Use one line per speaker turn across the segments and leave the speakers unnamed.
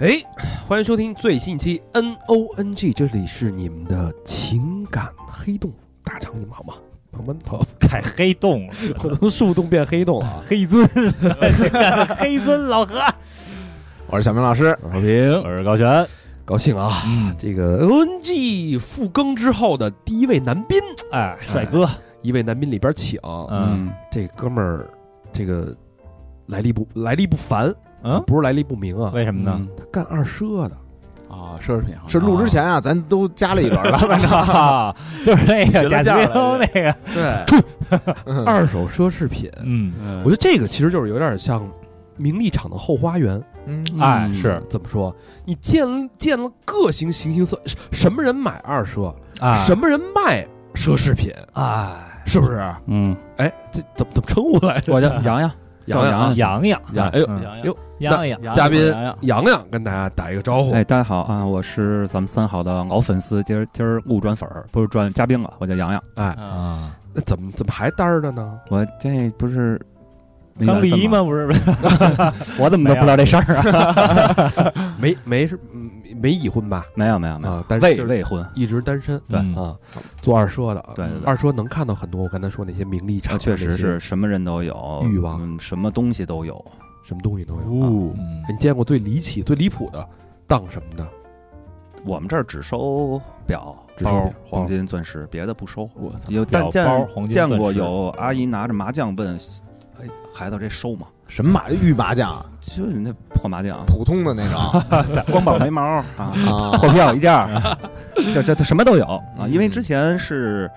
哎，欢迎收听最新一期 N O N G，这里是你们的情感黑洞大厂，你们好吗？朋友们，朋友们，
太黑洞了，
我从 树洞变黑洞了啊！
黑尊，黑尊老何，
我是小明老师，我是平。
我是高璇，
高兴啊！
嗯，
这个 N O N G 复更之后的第一位男宾，
哎，帅哥，
一位男宾里边请，
嗯
这哥们儿这个来历不来历不凡，
嗯，
不是来历不明啊，
为什么呢？
他干二奢的，
啊，奢侈品是录之前啊，咱都加了一 轮了，反正
啊，就是那个贾斯汀那个，
对，
嗯
二手奢侈品。
嗯，
我觉得这个其实就是有点像名利场的后花园。
嗯
哎，是
怎么说？你见见了各型形形色，什么人买二奢，
啊，
什么人卖奢侈品，
哎，
是不是？
嗯，
哎，这怎么怎么称呼来着？
我叫杨洋，
杨洋
洋洋，
杨哎呦，
嗯
洋
啊哟，
洋洋，
嘉宾
杨洋。
洋洋跟大家打一个招呼。
哎，大家好啊！我是咱们三好的老粉丝，今儿今儿误转粉儿，不是转嘉宾了。我叫洋洋，
啊，
哎那怎么怎么还单儿的呢？
我这不是没
刚
缘分
离吗？？不是，不是
我怎么都不知道这事儿啊？
没没是嗯没已婚吧？
没有没有没有，
啊，但是
未
就是
未婚，
一直单身。
对
嗯
啊，做二奢的，啊
对对对
二奢能看到很多我刚才说那些名利场
啊，
的那些，
确实是什么人都有
欲望
嗯什么东西都有。
什么东西都有。
哦，
嗯
你见过最离奇、最离谱的当什么的？
啊我们这儿只收表、
只收
包
表、
黄金、钻石，别的不收。
我操
有但
哦表
见
包黄金
见
钻
过
石
有阿姨拿着麻将问：“哎，孩子，这收吗
什么麻玉麻将，？”
就是那破麻 将，
普通的那种
光膀没毛儿啊。
啊，
后票一件儿，这这这什么都有啊！
嗯
因为之前是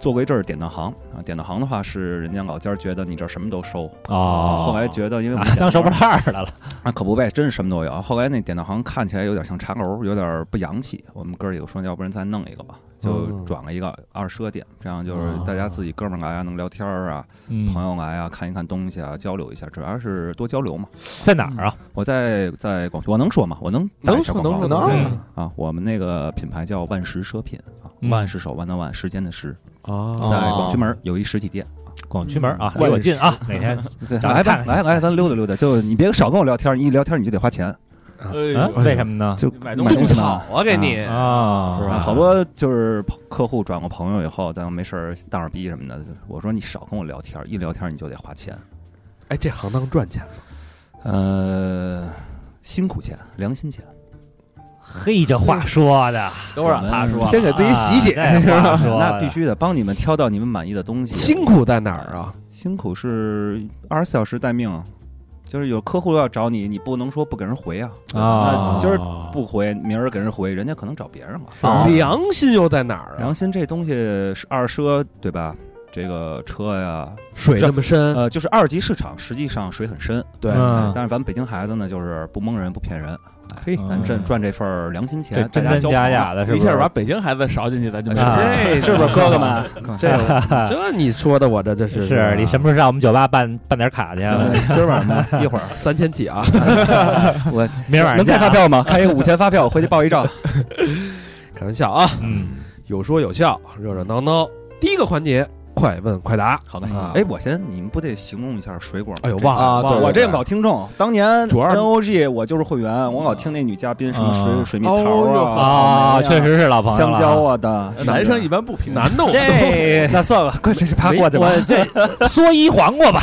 做过一阵儿典当行啊，典当行的话是人家老家儿觉得你这儿什么都收，
哦，
后来觉得因为我们
拿当手不
了
烂的了，
啊，可不呗，真是什么都有。后来那典当行看起来有点像茶楼，有点儿不洋气，我们哥儿几个说，要不然再弄一个吧。就
嗯
转了一个二奢店，这样就是
哦
大家自己哥们儿来啊，能聊天儿啊，
嗯
朋友来啊，看一看东西啊，交流一下，主要是多交流嘛。
在哪儿啊？
我在在广，我能说吗？我能打
能
一下
说
广
能
告
说
吗
能
说
啊，我们那个品牌叫万石奢品啊，
嗯
万是手腕的腕，时间的时，在
啊
哦
广渠门有一实体店，
广渠门啊，离我近啊，哪天
来吧
看，看
来来，咱溜达溜达，就你别少跟我聊天，你一聊天你就得花钱，
啊为什么呢？
就
买
东
东
西
西
嘛
种草啊，给你
啊，
是吧
啊好多就是客户转过朋友以后，咱没事儿当着逼什么的，我说你少跟我聊天，一聊天你就得花钱，
哎，这行当赚钱吗？
呃，辛苦钱，良心钱，
嘿，这话说的，
都啊让他说了，
先给自己洗洗。
啊这话说的
那必须得帮你们挑到你们满意的东西，
辛苦在哪儿啊？
辛苦是二十四小时待命，就是有客户要找你，你不能说不给人回啊。
啊
那今儿不回，明儿给人回，人家可能找别人了。
啊
良心又在哪儿啊？
良心这东西是二奢对吧？这个车呀，
水这么深，
呃，就是二级市场，实际上水很深。
对
嗯
但是咱们北京孩子呢，就是不蒙人不骗人，
嘿
咱
这
赚赚这份儿良心
这
钱，大
真
家
真
交
假
朋友
假的，是不
一
是
下把北京孩子勺进去，咱就没
啊
事
哎这
是不是哥哥们？
这 这你说的我这这是啊
是你什么时候上我们酒吧办办点卡去？
嗯今儿晚上一会儿，
三千起啊？
我
明儿晚上
能
见
开
啊
发票吗？开一个五千发票，我回去报一照。
开玩笑啊，
嗯，
有说有笑，热热闹闹。第一个环节，快问快答。
好嘞
啊，
哎，我先，你们不得形容一下水果吗？
哎呦，
这
忘了
啊
忘了
我这老听众，当年
主要是
N O G 我就是会员，我老听那女嘉宾什么
啊
水水蜜桃
哦呦
啊、
啊，
草莓
确
啊、
实是老朋友了
香蕉，啊的。
呃
男生一般不评，
男的我
这
那算了，快这这趴
没
过去吧。
我这蓑衣黄瓜吧，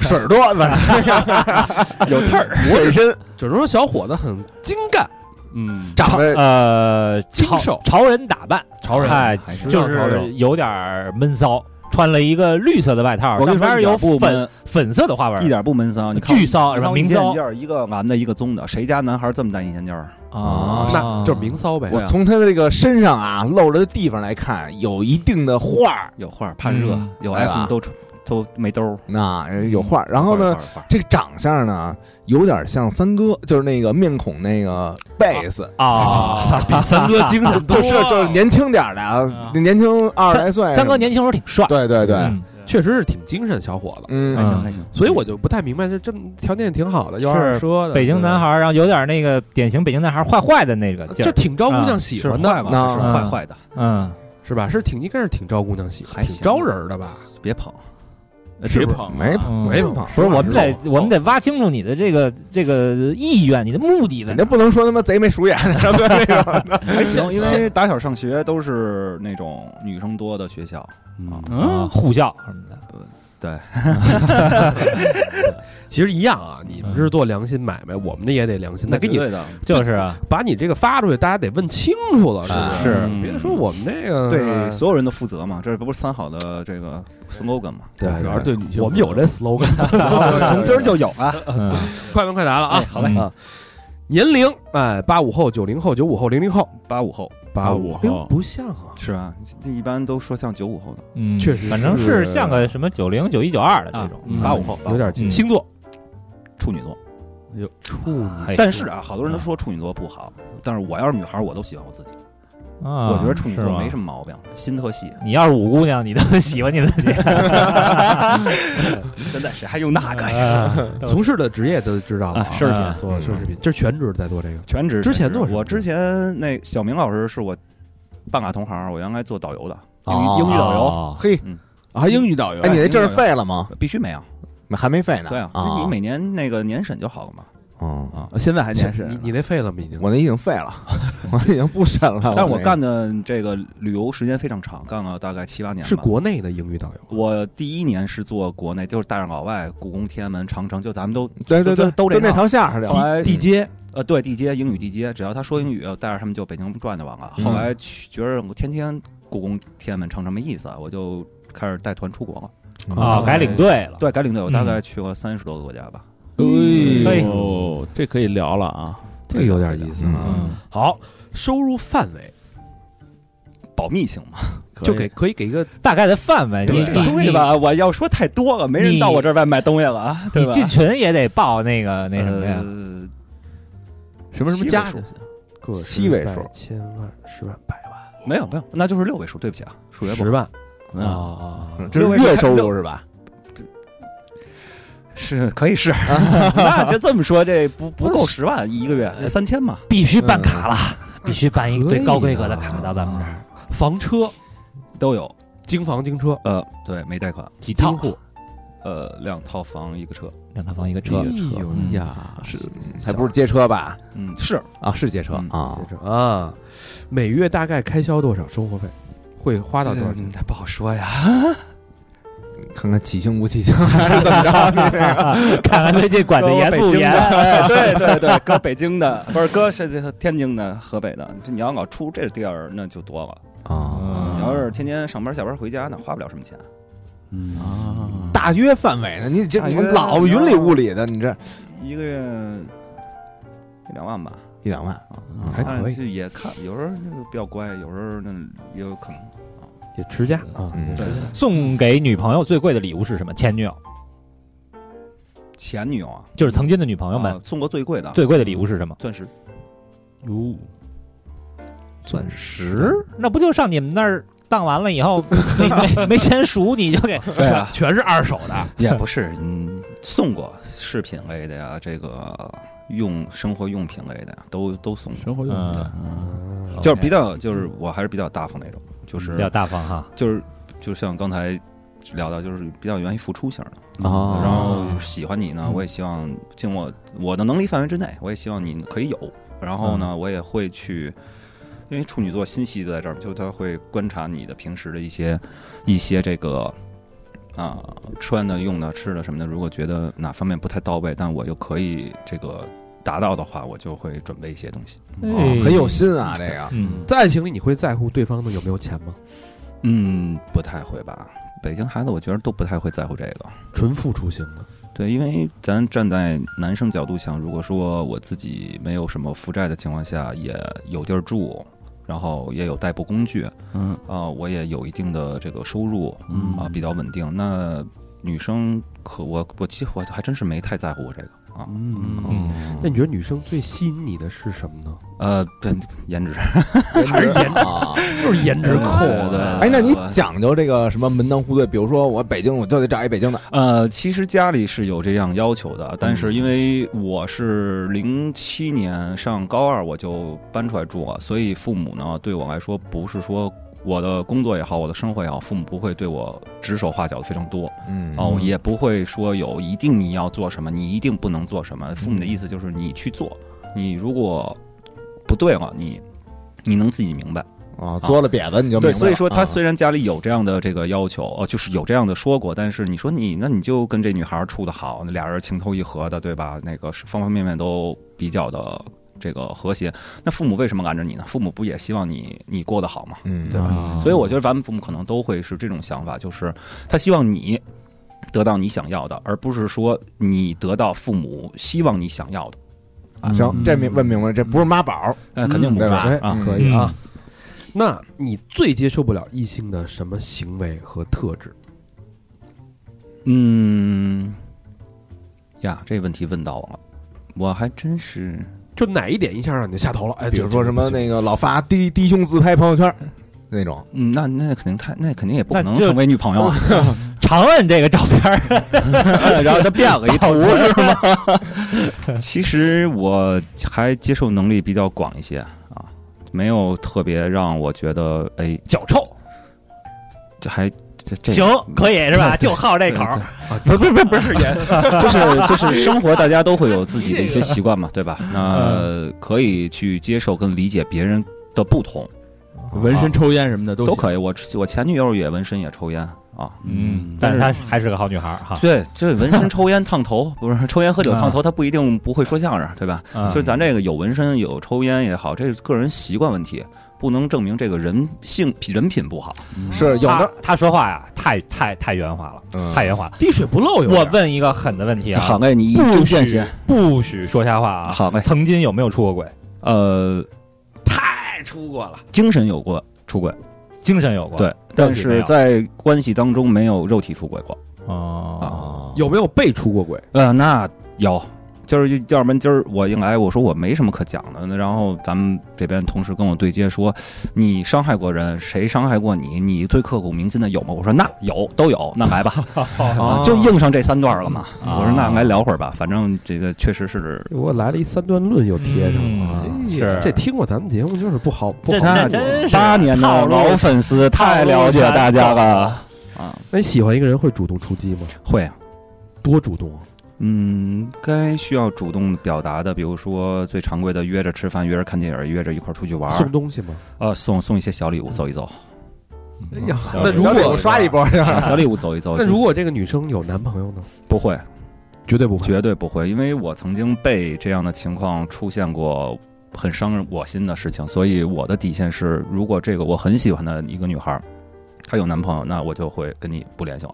水儿多，反正 有刺儿，水深，
只能说小伙子很精干，
嗯，
长得
呃，
精
潮
瘦
潮人打扮，
潮人
哎，就
潮人
是有点儿闷骚，穿了一个绿色的外套，
我
上
跟你说，
边
一
有
点不
粉
闷，
粉色的花
一
纹，
点不闷骚。你看，
巨骚，
你
是吧？
看一
明
件一
骚
件儿一个蓝的，一个棕的，谁家男孩这么戴隐形眼镜儿？
啊
那就是明骚呗。
我从他的这个身上啊露着的地方来看，有一定的画儿，
有画儿怕热
嗯，
有
哎呀
iPhone 都出都没兜儿。
那呃有画儿。然后呢
画，儿？画儿画儿
这个长相呢，有点像三哥，就是那个面孔那个贝斯，
啊，比三哥精神
就是
哦
就是年轻点儿的啊，年轻二十来岁。
三哥年轻时候挺帅，
对对对，
嗯
确实是挺精神小伙子，
嗯
还
嗯
行还行，
所以我就不太明白，这这条件挺好的，又二
是
说的
北京男孩，，然后有点那个典型北京男孩坏坏的那个
对
劲
这
儿，
挺招姑娘喜欢的
是坏吧？
嗯
是坏坏的，
嗯，
是吧？是挺应该是挺招姑娘喜欢，
还
挺
行
招人的吧？
别捧，
别
呃是不是
捧啊，
没
嗯
没办法，
不是，我们得
肉
我们得挖清楚你的这个这个意愿，你的目的在
人
哪
家不能说他妈贼眉鼠眼的什么那种的。
还行，因为打小上学都是那种女生多的学校，
嗯，
啊，
嗯，
护教什么的，
其实一样啊，你们是做良心买卖，我们这也得良心，那给你
对的，
就是啊，
把你这个发出去，大家得问清楚了，是不
是
嗯别说我们这个
对所有人都负责嘛，这不是三好的这个 slogan 嘛？
对
主要是对女性，
我们有这 slogan，
从今儿就有啊，
嗯，
快问快答了啊，好
嘞
啊，年龄哎，八五后、九零后、九五后、零零后，
八五后
85
85哎呦，不像啊，
是啊，这一般都说像九五后的，
嗯
确实
反正
是
是像个什么九零、九一、九二的这种
啊嗯
八五后，
有点近。
嗯
星座
处女座。
处女，
哎
但是啊，好多人都说处女座不好，但是我要是女孩，我都喜欢我自己，
啊
我觉得处女
是
座
吗
没什么毛病，心特细。
你要是五姑娘，你都喜 欢你自己，
现在谁还用那个呀？
啊都
从事的职业都知道了啊，
啊奢侈品
做
嗯
奢侈品，这是全职在做这个，
全职
之前
全职
做什么
我之前那小明老师是我半个同行，我原来做导游的，
哦
英语英语导游
哦
嘿，
嗯
啊，英语导游
哎，你那证儿废了吗？
必须没有，
还没废呢。
对啊，
啊
你，每年那个年审就好了嘛。
哦
啊现在还年
你
审，
你那废了吗？已经，
我那已经废了， 我已经不审了。
但是我
那
干的这个旅游时间非常长，干了大概七八年吧。
是国内的英语导游，
我第一年是做国内，就是大上老外，故宫、天安门、长城，就咱们都
对对
就
对，
都
就
这
那
套
条线儿
后
了。
来
地接
呃对地接英语地接，只要他说英语，带着他们就北京转就完了。
嗯
后来去觉着我天天故宫、天安门、长城没意思，我就开始带团出国了。嗯
啊，改领队了，
对，改领队，我大
嗯
概去过三十多个国家吧。
哎
嘿
呦，这可以聊了啊，
这个有点意思啊。
嗯，
好，收入范围
保密性嘛，
就给可以给一个
大概的范围，哎你
这
你
东西
你
吧，我要说太多了，没人到我这儿来买东西了啊，对
你
吧？
进群也得报那个那什么呀，
呃，
什么什么家
七位
个十
七位数
百千万、十万、百万、
没有没有，那就是六位数，对不起啊，数学不
十
好。
万
嗯
嗯
啊
哦
啊，
啊啊！
嗯这是
六
月
位数
收
六
入是吧？
是可以是， 那就这么说，这 不不够十万一个月，三千嘛，
必须办卡了，必须办一个最高规格的卡到咱们这儿，
房车、
都有。
京房、京车
呃，对，没贷款，
几
京
套
户，
呃，两套房一个车，
两套房一个
哎
车，
呦
哎呀，
是，
嗯
还不是接车吧？
嗯，是
啊，是接车
嗯
啊。
这啊，每月大概开销多少生活费？会花到多少钱？
嗯不好说 呀，
看看起兴不起兴，啊还是怎么 着？
看看最近管的
搁
严
北
不
京的，
严，
哎 对对对，搁北京的，不是搁是这天津的、河北的，这你要老出这地儿，那就多了。
嗯
啊，
嗯
你要是天天上班下班回家，那花不了什么钱。
嗯
啊，
大约范围呢？你这
大
你
约啊
们老
你要
云里雾里的，你这
一个月一两万吧，
一两万
还可以
以，也看，有时候那个比较乖，有时候那也有可能。
也持家啊，
嗯
对，
送给女朋友最贵的礼物是什么？前女友，
前女友啊，
就是曾经的女朋友们
啊送过最贵的
最贵的礼物是什么？
钻石，
哟，
钻石？那不就上你们那儿当完了以后，没没没钱赎你就给
对啊，
全是二手的。
也不是，嗯，送过饰品类的呀，这个用生活用品类的呀，都都送过，
生活用的，嗯
就是比较，就是我还是比较大方那种，就是
比较大方哈。
就是就像刚才聊到，就是比较愿意付出型的，
啊
哦
然后喜欢你呢，我也希望尽我我的能力范围之内，我也希望你可以有，然后呢，我也会去。因为处女座心细就在这儿，就他会观察你的平时的一些一些这个啊、穿的、用的、吃的什么的。如果觉得哪方面不太到位，但我又可以这个达到的话，我就会准备一些东西。
哎
哦很有心啊，这个
嗯，
在爱情里，你会在乎对方的有没有钱吗？
嗯，不太会吧？北京孩子，我觉得都不太会在乎这个。
纯付出型的，
对，因为咱站在男生角度想，如果说我自己没有什么负债的情况下，也有地儿住，然后也有代步工具，
嗯
啊、我也有一定的这个收入，
嗯
啊，比较稳定，那女生可我我几乎还真是没太在乎过这个啊，
嗯，
那你觉得女生最吸引你的是什么呢？
呃，对颜值
还是颜啊？
就是颜
值控
啊
对
哎，那你讲究这个什么门当户对？比如说我北京，我就得找一北京的。
呃，其实家里是有这样要求的，但是因为我是零七年上高二我就搬出来住了，所以父母呢对我来说不是说我的工作也好，我的生活也好，父母不会对我指手画脚的非常多
嗯
哦，也不会说有一定你要做什么，你一定不能做什么。父母的意思就是你去做，你如果不对了，你你能自己明白。
啊，做了瘪子你就
对，
明白了
所以说他
啊
虽然家里有这样的这个要求，呃，就是有这样的说过，但是你说你那你就跟这女孩处的好，那俩人情投意合的，对吧？那个是方方面面都比较的这个和谐。那父母为什么拦着你呢？父母不也希望你你过得好吗？
嗯
对吧？所以我觉得咱们父母可能都会是这种想法，就是他希望你得到你想要的，而不是说你得到父母希望你想要的。
嗯
行，这明问明白了，这不是妈宝儿，
那肯定不
对
是
吧？
啊
哎，可以啊。
那你最接受不了异性的什么行为和特质？
嗯，呀，这问题问到我了，我还真是。
就哪一点一下让你就下头了？哎，
比如说什
那
么那个老发低低胸自拍朋友圈儿那种，
嗯，那那肯定太，那肯定也不可能
那就
成为女朋友啊。
长按这个照片儿，
然后他变了一 图是吗？ 其实我还接受能力比较广一些啊，没有特别让我觉得哎，
脚臭，
这还这这
行，可以是吧？就好这口儿，啊
不不不不是也，就是就是生活，大家都会有自己的一些习惯 嘛，对吧？那可以去接受跟理解别人的不同
纹
啊
嗯
身、抽烟什么的都
都
以，
可以。我我前女友也纹身也抽烟啊，
嗯，
但是她还是个好女孩儿哈。
对，这 纹身、抽烟、烫头，不是抽烟、
啊
喝酒、烫头，他不一定不会说相声，对吧？
嗯
就是咱这个有纹身、有抽烟也好，这是个人习惯问题，不能证明这个人性人品不好。
是有
她
的，
她说话呀，太太太圆滑了，
嗯
太圆滑了。
滴水不漏有点
我
儿，
问一个狠的问题啊，
好嘞，你一
不
针见
许
血。
不许说瞎话啊！
好嘞，
曾经有没有出过轨？
呃，
太出过了，
精神有过出轨，
精神有过。
对，
肉
但
体没
是
有
在关系当中没有肉体出轨过。啊
哦，
有没有被出过轨？
呃，那有。就是要不然今儿我一来，我说我没什么可讲的，那然后咱们这边同事跟我对接说，你伤害过人，谁伤害过你？你最刻骨铭心的有吗？我说那有，都有，那来吧，啊就应上这三段了嘛。
啊
我说那来聊会儿吧，反正这个确实是，
我来了一三段论又贴上了啊，
嗯是
这听过咱们节目就是不好不
这
好。
那
这真是
八年
套
的
路
老粉丝太了解大家了啊，
那你喜欢一个人会主动出击吗？
会啊。
多主动啊！
嗯，该需要主动表达的，比如说最常规的约着吃饭、约着看电影、约着一块儿出去玩儿，
送东西吗？
呃，送送一些小礼物，走一走。
哎
嗯
呀，
小
那
李
如
小李
果
我刷一波，
啊 小礼物走一走。
那如果这个女生有男朋友呢？
不会，
绝对不会。
绝对不会，因为我曾经被这样的情况出现过，很伤我心的事情，所以我的底线是，如果这个我很喜欢的一个女孩，她有男朋友，那我就会跟你不联系了，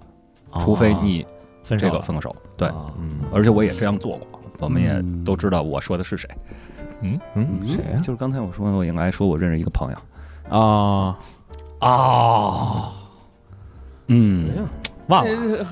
啊
哦
除非你
分
这
手
个
了哦
分个手。对，
嗯
而且我也这样做过，我们也
嗯
都知道我说的是谁，
嗯，谁呀？
就是刚才我说我应该说我认识一个朋友，
啊，
哦，
哎
嗯。
忘了。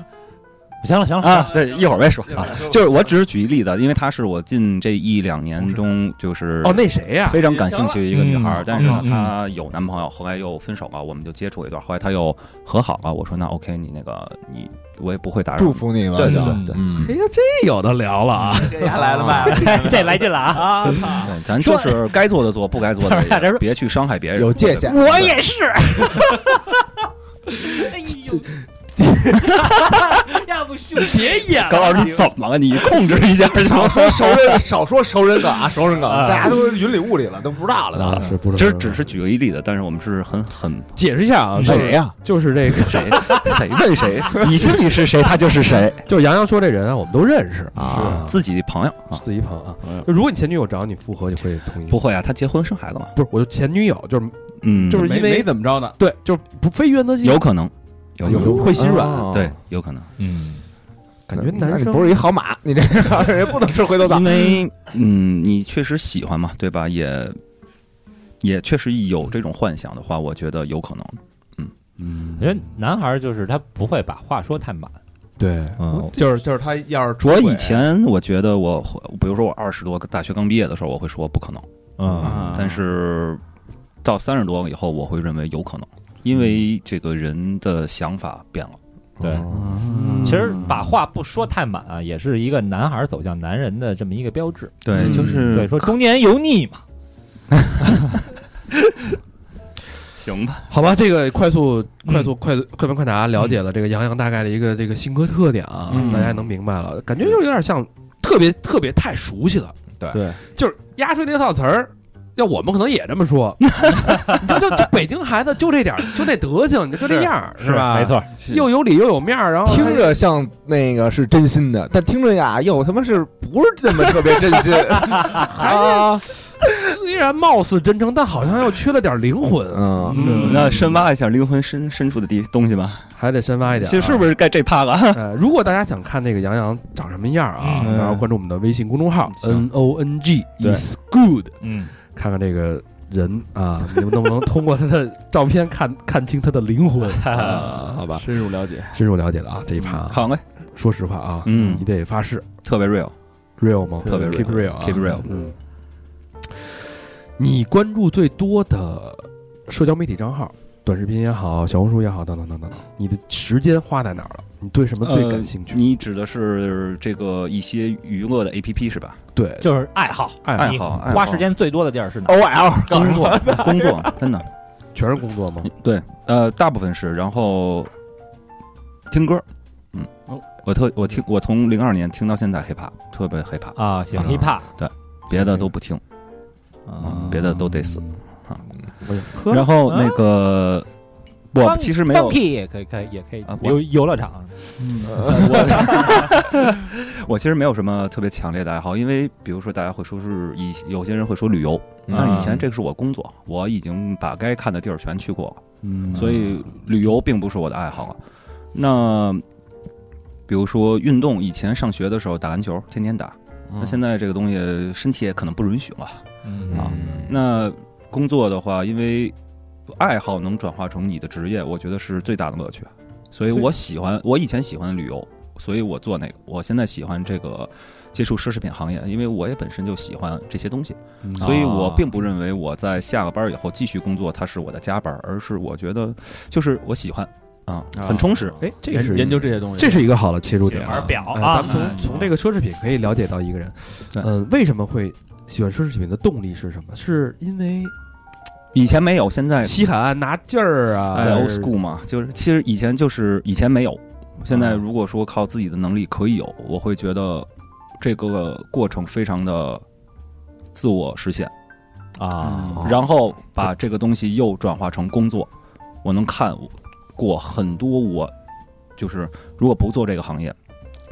行了行了，
啊，对，一会儿再说啊。就是我只是举一例子，因为她是我近这一两年中就是
哦，那谁呀？
非常感兴趣的一个女孩儿
嗯，
但是呢，
嗯
她有男朋友，后来又分手了，我们就接触了一段，后来她又和好了。我说那 OK，你那个你我也不会打扰你，
祝福你了，
对对
嗯
对
嗯
哎，呀，这有的聊了啊！
这牙来了吧？
哦
这来劲了 啊！
嗯对，咱就是该做的做，不该做的
这
也
是
别去伤害别人，
有界限。
我也是。哎呦，要不就别演
对。高老师，你怎么了？你控制一 下。
少说熟人，少说熟人梗啊，熟人梗，
啊
大家都云里雾里了，都不知道了
啊，
都。
是不
嗯只是只是举个例子，但是我们是很很
解释一下啊，
谁哎呀？
就是这个，
谁 谁 问谁，你心里是谁，他就是谁，
就是杨洋说这人啊，我们都认识
啊
自己朋友啊
是，自己朋友啊
朋友。
就如果你前女友找你复合，你会同意吗？
不会啊，他结婚生孩子了，
不是，我就前女友，就是
嗯，
就是
没
因为
没怎么着呢，
对，就是不非原则性，
有可能，有可能，
会心软，
啊
对，，有可能。
嗯，
感觉
那
男
你
生
不是一好马，你这 个也不能吃回头草
因。为嗯，你确实喜欢嘛，对吧？也也确实有这种幻想的话，我觉得有可能。
嗯
我觉得男孩儿就是他不会把话说太满，
对，
嗯，
就是就是他要是出
我
轨
以前我觉得我会，比如说我二十多，大学刚毕业的时候，我会说不可能，
嗯
啊
但是到三十多以后，我会认为有可能，因为这个人的想法变了。
对，
哦
嗯
其实把话不说太满啊，也是一个男孩走向男人的这么一个标志。
对，
嗯
就是
对，说中年油腻嘛，
行吧，
好吧，这个快速、
嗯
快速、快快问快答了解了这个杨洋大概的一个这个性格特点啊，
嗯
大家能明白了，感觉又有点像特别特别太熟悉了，
对
对，
就是压出那套词儿。要我们可能也这么说， 你就就就北京孩子就这点儿就这德行，就这样儿是吧？
没，错，
又有理又有面儿，然后
听着像那个是真心的，但听着呀，又他妈是不是那么特别真心啊？
虽然貌似真诚，但好像又缺了点灵魂，
嗯，
嗯那深挖一下灵魂深深处的地东西吧，
还得深挖一点、啊。
是是不是该这趴了？
呃，如果大家想看那个杨洋长什么样啊，
嗯
然后关注我们的微信公众号 N O N G
嗯对
is good，
嗯，
看看这个人啊，你们能 不能通过他的照片看看清他的灵魂啊？好吧，
深入了解，
深入了解了啊，这一趴、啊，
好嘞，
说实话啊，
嗯
你，得发誓
特别 real，
real 吗？
特别
keep real 啊
real，keep real
嗯，你关注最多的社交媒体账号，短视频也好，小红书也好，等等等等，你的时间花在哪儿了？你对什么最感兴趣？
嗯你指的是这个一些娱乐的 A P P 是吧？
对，
就是爱好，
爱
爱
哎你
好哦爱
花
好
时间最多的地儿是哪？
O L
工作工作真的
全是工作吗？
对，呃，大部分是，然后听歌，嗯
哦，
我特我听我从零二年听到现在 hiphop，特别 hiphop，
啊，喜欢
啊
hiphop，
别的都不听，
啊
嗯别的都得死。
呵
然后那个我其实没有
funky 也可以，可以也可以
啊我
游游乐场，
我其实没有什么特别强烈的爱好，因为比如说大家会说是以有些人会说旅游，
嗯
但是以前这个是我工作，我已经把该看的地儿全去过了，
嗯
所以旅游并不是我的爱好了。啊那比如说运动，以前上学的时候打篮球，天天打。那现在这个东西身体也可能不允许了。
嗯
啊那工作的话，因为爱好能转化成你的职业，我觉得是最大的乐趣。所以我喜欢，我以前喜欢旅游，所以我做那个。我现在喜欢这个接触奢侈品行业，因为我也本身就喜欢这些东西，嗯所以我并不认为我在下个班以后继续工作，它是我的加班，而是我觉得就是我喜欢啊，很充实。
哎，这个
研
是
研究这些东西，
这是一个好的切入点、啊。
玩表
哎
啊
咱们
哎
从从这个奢侈品可以了解到一个人，
对
嗯，为什么会喜欢奢侈品的动力是什么？是因为
以前没有，现在
西海岸拿劲儿啊、
哎，old school 嘛，就是其实以前就是以前没有，现在如果说靠自己的能力可以有，我会觉得这个过程非常的自我实现，
啊，
嗯然后把这个东西又转化成工作，我能看过很多我就是如果不做这个行业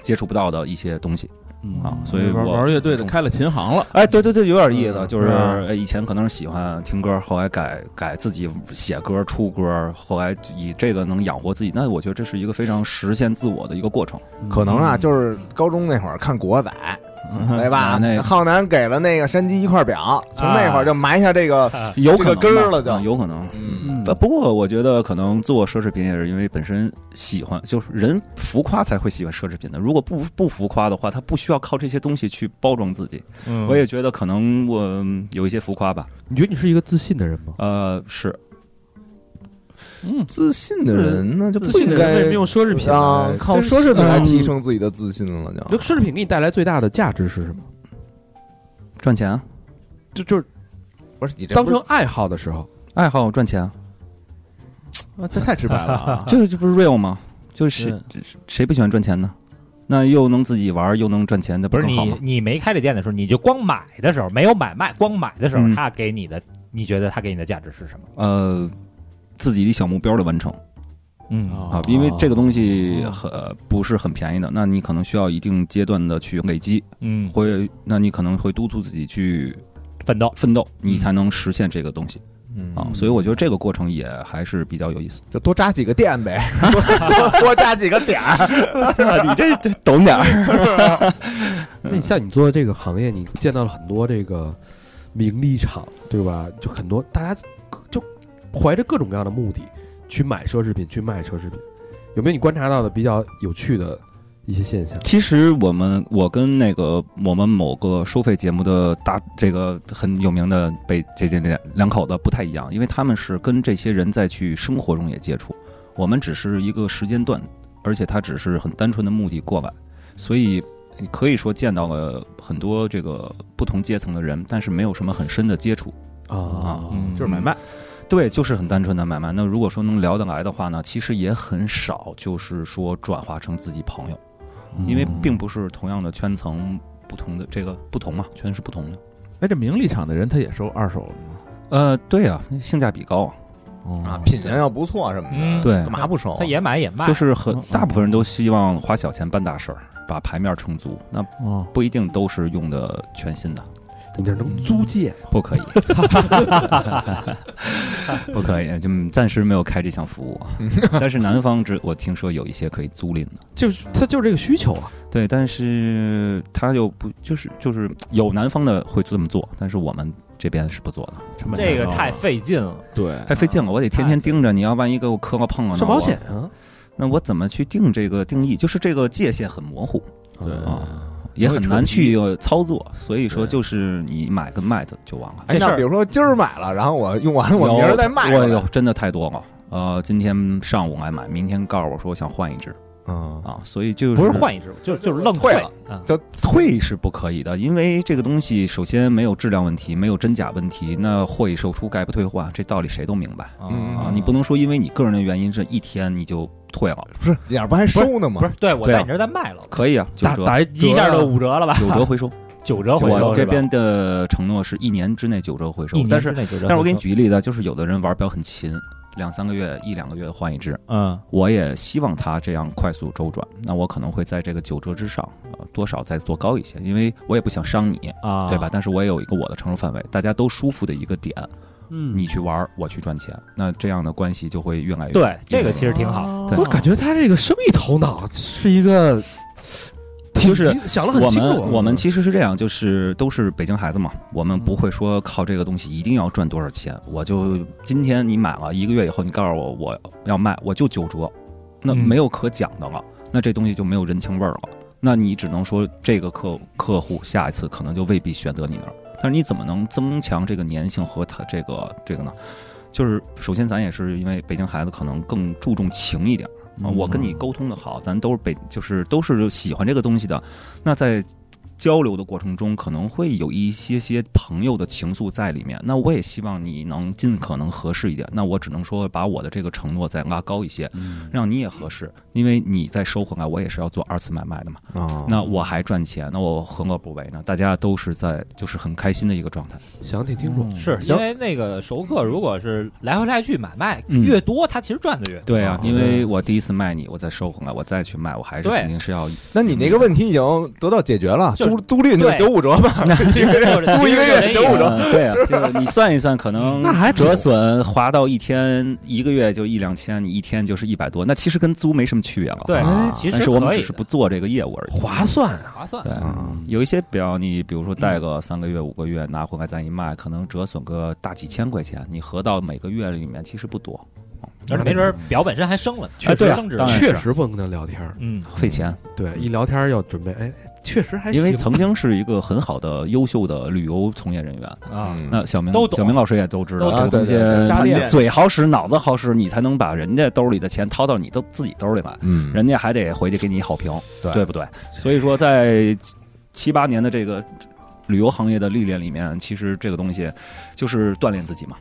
接触不到的一些东西
嗯
啊，所以
玩
我
玩乐队的开了琴行了，
哎，对对对，有点意思，就是
嗯
哎以前可能是喜欢听歌，后来改改自己写歌、出歌，后来以这个能养活自己。那我觉得这是一个非常实现自我的一个过程，
嗯
可能啊，就是高中那会儿看《古惑仔》，对哎吧
啊？那
浩南给了那个山鸡一块表，从那会儿就埋下这个
有可能吧
这个根儿了就
嗯有可能。
嗯
嗯
不不过我觉得可能做奢侈品也是因为本身喜欢，就是人浮夸才会喜欢奢侈品的。如果不不浮夸的话，他不需要靠这些东西去包装自己。
嗯
我也觉得可能我嗯有一些浮夸吧，
你觉得你是一个自信的人吗？
呃，是
嗯，
自信的人呢，就
自
不
信
应
的人为什么
该
用奢侈品
啊
来，
靠
跟
奢侈品来
嗯
提升自己的自信了，
就
就
奢侈品给你带来最大的价值是什么？
赚钱啊，
就就是
不是你这
当
不
成
是
爱好的时候，
爱好赚钱啊，，
啊这太直白了 啊
这个这不是 real 吗？就是
对
谁谁不喜欢赚钱呢？那又能自己玩儿又能赚钱，那
不是
更好
你
吗？
你没开这店的时候，你就光买的时候没有买卖，光买的时候
嗯
他给你的，你觉得他给你的价值是什么？
呃，自己的小目标的完成
哦
嗯
啊，因为 这个东西很、呃不是很便宜的，那你可能需要一定阶段的去累积，
嗯，
会那你可能会督促自己去
奋斗，
奋斗，你才能实现这个东西啊。
嗯
所以我觉得这个过程也还是比较有 意思。
就多扎几个店呗， 多多扎几个点儿。
啊你这懂点儿，
那像你做这个行业，你见到了很多这个名利场，对吧？就很多大家就怀着各种各样的目的去买奢侈品，去卖奢侈品。有没有你观察到的比较有趣的一些现象。
其实我们我跟那个我们某个收费节目的大这个很有名的北这这这两口子不太一样，因为他们是跟这些人在去生活中也接触，我们只是一个时间段，而且他只是很单纯的目的过来，所以可以说见到了很多这个不同阶层的人，但是没有什么很深的接触。
啊，
嗯
就是买卖，
对，就是很单纯的买卖。那如果说能聊得来的话呢，其实也很少，就是说转化成自己朋友，因为并不是同样的圈层，不同的这个不同嘛，圈是不同的。
哎，这名利场的人他也收二手的
呃，对啊，性价比高啊，
吗？
啊，品相要不错什么
嗯
的，
对
干嘛不收啊？
他也买也卖，
就是很
嗯嗯
大部分人都希望花小钱办大事儿，把牌面撑足。那
哦，
不一定都是用的全新的，
你这能租借
不可以， 不可以，就暂时没有开这项服 务啊。但是南方只我听说有一些可以租赁的。
就是他就是这个需求啊。
对，但是他又不就是就是有南方的会这么做，但是我们这边是不做的，
成本
这个
高
太
了
费劲了。
对，
太哎费劲了，我得天天盯着，你要万一给我磕个碰了，
上
哦那我
保险，啊，
那我怎么去定这个定义？就是这个界限很模糊
嗯
啊，也很难去操作，所以说就是你买跟卖的就完了。
这
哎，
事
那
儿
比如说今儿买了，然后我用完了，我明儿再卖。
我有，真的太多了。呃，今天上午来买，明天告诉我说我想换一只
嗯，
啊，所以就是
不是换一只，就就是愣
退了
嗯
啊！
就
退是不可以的，因为这个东西首先没有质量问题，没有真假问题，那货已售出概不退换，这道理谁都明白
嗯
啊。你不能说因为你个人的原因，这一天你就退了，
嗯
不是点儿不还收呢吗？
不是，对我
对啊
在你这儿再卖了，
可以啊，九
打
折，
打一下就五折了吧？
九折回收。
九折回
我
收
这边的承诺是一年之内九折回收
一，年
但
之
是
内九折回收，
但是我给你举个例子，就是有的人玩表很勤，两三个月、一两个月换一只，
嗯
我也希望它这样快速周转，那我可能会在这个九折之上，呃，多少再做高一些，因为我也不想伤你。
啊，
对吧？？但是我也有一个我的承受范围，大家都舒服的一个点，
嗯
你去玩儿，我去赚钱，那这样的关系就会越来越
对，这个其实挺好。
对
我感觉他这个生意头脑是一个，挺
就是
清想的很啊
我
清
们
楚。
我们其实是这样，就是都是北京孩子嘛，我们不会说靠这个东西一定要赚多少钱。我就今天你买了一个月以后，你告诉我我要卖，我就九折，那
嗯
没有可讲的了，那这东西就没有人情味儿了。那你只能说这个客客户下一次可能就未必选择你那儿。但是你怎么能增强这个粘性和它这个这个呢？就是首先咱也是因为北京孩子可能更注重情一点。啊，我跟你沟通的好，咱都是北，就是都是喜欢这个东西的。那在交流的过程中，可能会有一些些朋友的情愫在里面。那我也希望你能尽可能合适一点。那我只能说，把我的这个承诺再拉高一些，让你也合适，因为你再收回来，我也是要做二次买卖的嘛。
啊
那我还赚钱，那我何乐不为呢？大家都是在就是很开心的一个状态。
想挺清
嗯
楚，
是因为那个熟客如果是来回来去买卖
嗯
越多，他其实赚的 越多。
对啊，
哦
因为我第一次卖你，我再收回来，我再去卖，我还是
对
肯定是要
那你那个问题已经得到解决了，
就是
租租赁就
对
是九五折吧？
租
租一个月九五折，
嗯对啊，就是你算一算，可能
那还
折损划到一天一个月就一两千，你一天就是一百多，那其实跟租没什么区别了。
对
啊，
其实
但是我们
可以
只是不做这个业务而已。
划算
的
啊！
划算
对，
嗯
有一些表你比如说带个三个月、五个月拿回来再一卖，可能折损个大几千块钱，你合到每个月里面其实不多，
而且没准儿表本身还升了，
哎
确
对
实
啊
升值
当
了。
然
确实不能跟他聊天儿，
嗯，
费钱。
对，一聊天儿要准备，哎，确实还
因为
行
曾经是一个很好的、优秀的旅游从业人员，
啊，
嗯
那小明
都懂
小明老师也都知
都
道，这
懂
个东西
啊对对对
他
扎链
嘴好使，脑子好使，你才能把人家兜里的钱掏到你都自己兜里来，
嗯
人家还得回去给你好评，
对
不对？所以说，在七七八年的这个旅游行业的历练里面，其实这个东西就是锻炼自己嘛。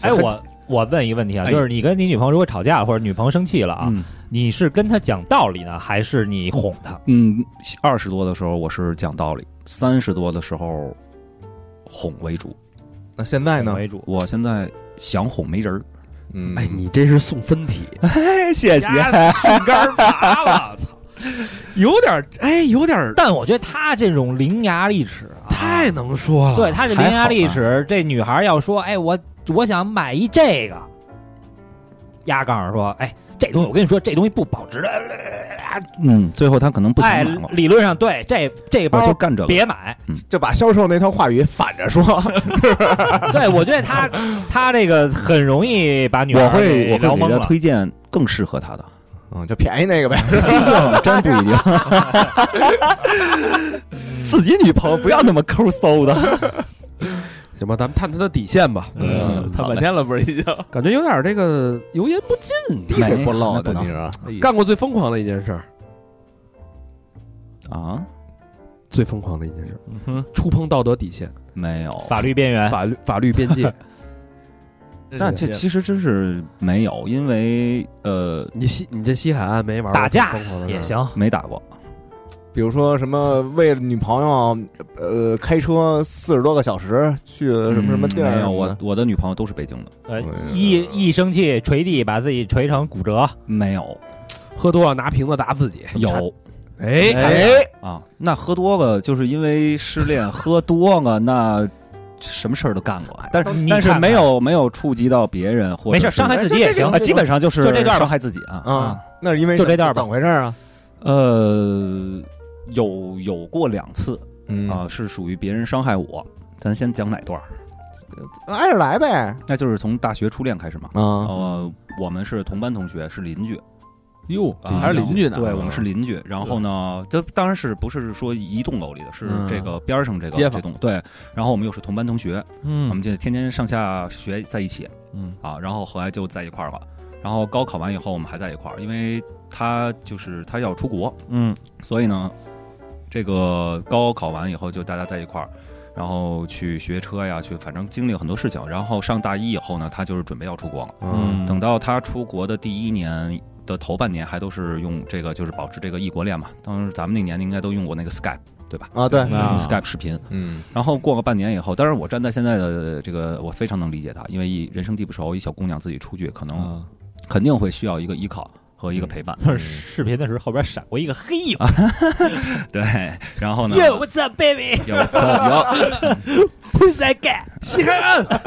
哎，我我问一个问题啊，
哎
就是你跟你女朋友如果吵架了或者女朋友生气了啊，
嗯
你是跟她讲道理呢，还是你哄她？
嗯，二十多的时候我是讲道理，三十多的时候哄为主。
那现
哎
在
哄
呢？
为主。
我现在想哄没人儿，
嗯，
哎，你这是送分题，
哎
谢谢。
呀树干拔了，操！
有点儿哎，有点儿
但我觉得她这种伶牙俐齿啊，
太能说了。
对，她是
还
伶牙
好
俐
吧
齿。这女孩要说，哎，我我想买一这个，丫杠说，哎，这东西我跟你说，这东西不保值的。
嗯，最后他可能不
哎
想买了，，
理论上对，这这
我
包
就干这个。
别买。
就把销售那套话语反着说，
对，我觉得他他这个很容易把女孩
我
儿
会
给
我
聊
会
懵
给他
了。
推荐更适合他的，
嗯，就便宜那个呗，
真不一定。 自己女朋友不要那么抠搜的，
行吧，咱们探探他底线吧。
嗯
他半天了不是已经？
感觉有点这个油盐不进。
滴水 不漏的，
那不能
你说？
干过最疯狂的一件事儿，
啊，
最疯狂的一件事儿，
嗯哼，
触碰道德底线、
没有。
法律边缘，
法律法律 边界。
但哎这其实真是没有，因为呃
你西你这西海岸没玩过
打架
最疯狂的事儿
也行，呃
没打过，
比如说什么为了女朋友，呃，开车四十多个小时去什么什么地儿
没
什
有，
么
我
的，
我的女朋友都是北京的，
呃
哎，呀
一一生气捶地，把自己捶成骨折，
没有
喝多了拿瓶子打自己。
有
哎
哎，
啊。那喝多了就是因为失恋，喝多了那什么事儿都干过，但是
你
但
看
是
看
没有没有触及到别人或者
没事，
是
伤害自己也行
啊，，基本上就是
就这段吧
伤害自己啊
啊，那是因为
就这段吧
怎么回事啊？
呃，有有过两次
嗯
啊，是属于别人伤害我。咱先讲哪段儿？
挨着来呗，
那就是从大学初恋开始嘛。
啊，
呃，我们是同班同学，是邻居，
哟，
啊
还是邻居呢？
对，我们是邻居。然后呢，这当然是不是说一栋楼里的，是
嗯
这个边儿上这个
街
这
坊
栋。对，然后我们又是同班同学，我
嗯
们就天天上下学在一起
嗯
啊。然后后来就在一块儿了。然后高考完以后，我们还在一块儿，因为他就是他要出国，
嗯，
所以呢，这个高考完以后就大家在一块儿，然后去学车呀，去反正经历了很多事情。然后上大一以后呢，他就是准备要出国了。
嗯
等到他出国的第一年的头半年，还都是用这个就是保持这个异国恋嘛。当时咱们那年应该都用过那个 Skype，对吧？
啊，对，
用
啊
Skype 视频。
嗯
然后过了半年以后，当然我站在现在的这个，我非常能理解他，因为一人生地不熟，一小姑娘自己出去，可能
啊，
肯定会需要一个依靠和一个陪伴。
那是视频的时候后边闪过一个黑影
对，然后呢？
，Yo what's up baby，
有有有。
who's that guy？
嗯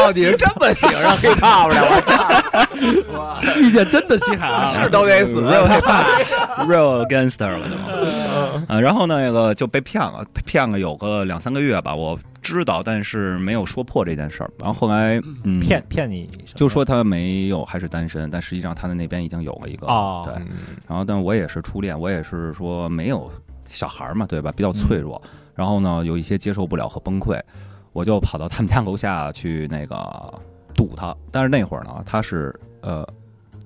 哦，你是这么喜欢黑怕不了，
遇见真的西啊海岸
我
了。
是都得
嗯
死，啊
real gangster 了就，啊，然后那个就被骗了，被骗了有个两三个月吧，我知道，但是没有说破这件事儿。然后后来，嗯，
骗骗你什么，
就说他没有，还是单身，但实际上他的那边已经有了一个，
哦
对，然后但我也是初恋，我也是说没有小孩儿嘛，对吧？比较脆弱，然后呢有一些接受不了和崩溃，我就跑到他们家楼下去那个堵他。但是那会儿呢，他是呃。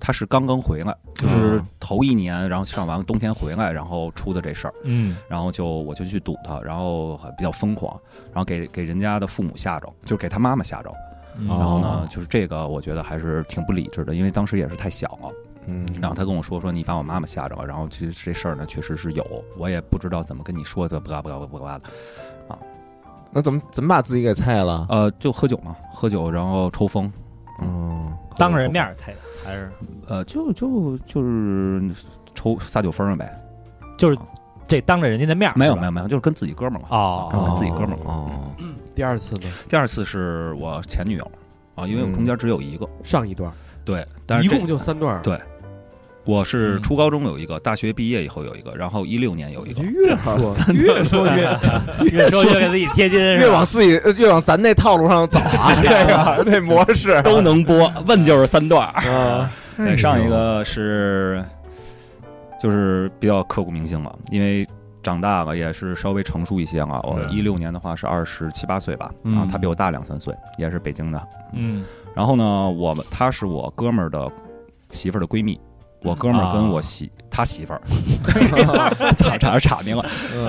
他是刚刚回来，就是
嗯
头一年，然后上完冬天回来，然后出的这事儿，
嗯，
然后就我就去堵他，然后还比较疯狂，然后给给人家的父母吓着，就给他妈妈吓着，
嗯
然
然
后
哦
呢，就是这个我觉得还是挺不理智的，因为当时也是太小了，
嗯，
然后他跟我说说你把我妈妈吓着了，然后其实这事儿呢确实是有，我也不知道怎么跟你说的，不啦不啦不啦的，
那怎么怎么把自己给菜了？
呃，就喝酒嘛，喝酒然后抽风，
嗯，
当着人面儿才还是
呃，就就就是抽撒酒疯了呗，
就是这当着人家的面儿
没有
啊是吧
没有没有，就是跟自己哥们儿了，
哦，
跟自己哥们儿了。
哦，
第二次呢，
第二次是我前女友啊，因为我中间只有一个，
上一段，
对，但
一
是这
共就三段儿。
对我是初高中有一个，大学毕业以后有一个，然后一六年有一个，
越说 越说越
越说越给自己贴金，是吧
越往自己呃越往咱那套路上走啊， 这个那模 式
都能播，问就是三段儿。
啊，
对，上一个是就是比较刻骨铭心了，因为长大了也是稍微成熟一些了。我一六年的话是二十七八岁吧，
嗯
啊，他比我大两三岁，也是北京的。
嗯，
然后呢，我们她是我哥们儿的媳妇儿的闺蜜。我哥们儿跟我媳，他媳妇儿， 差差点岔明了。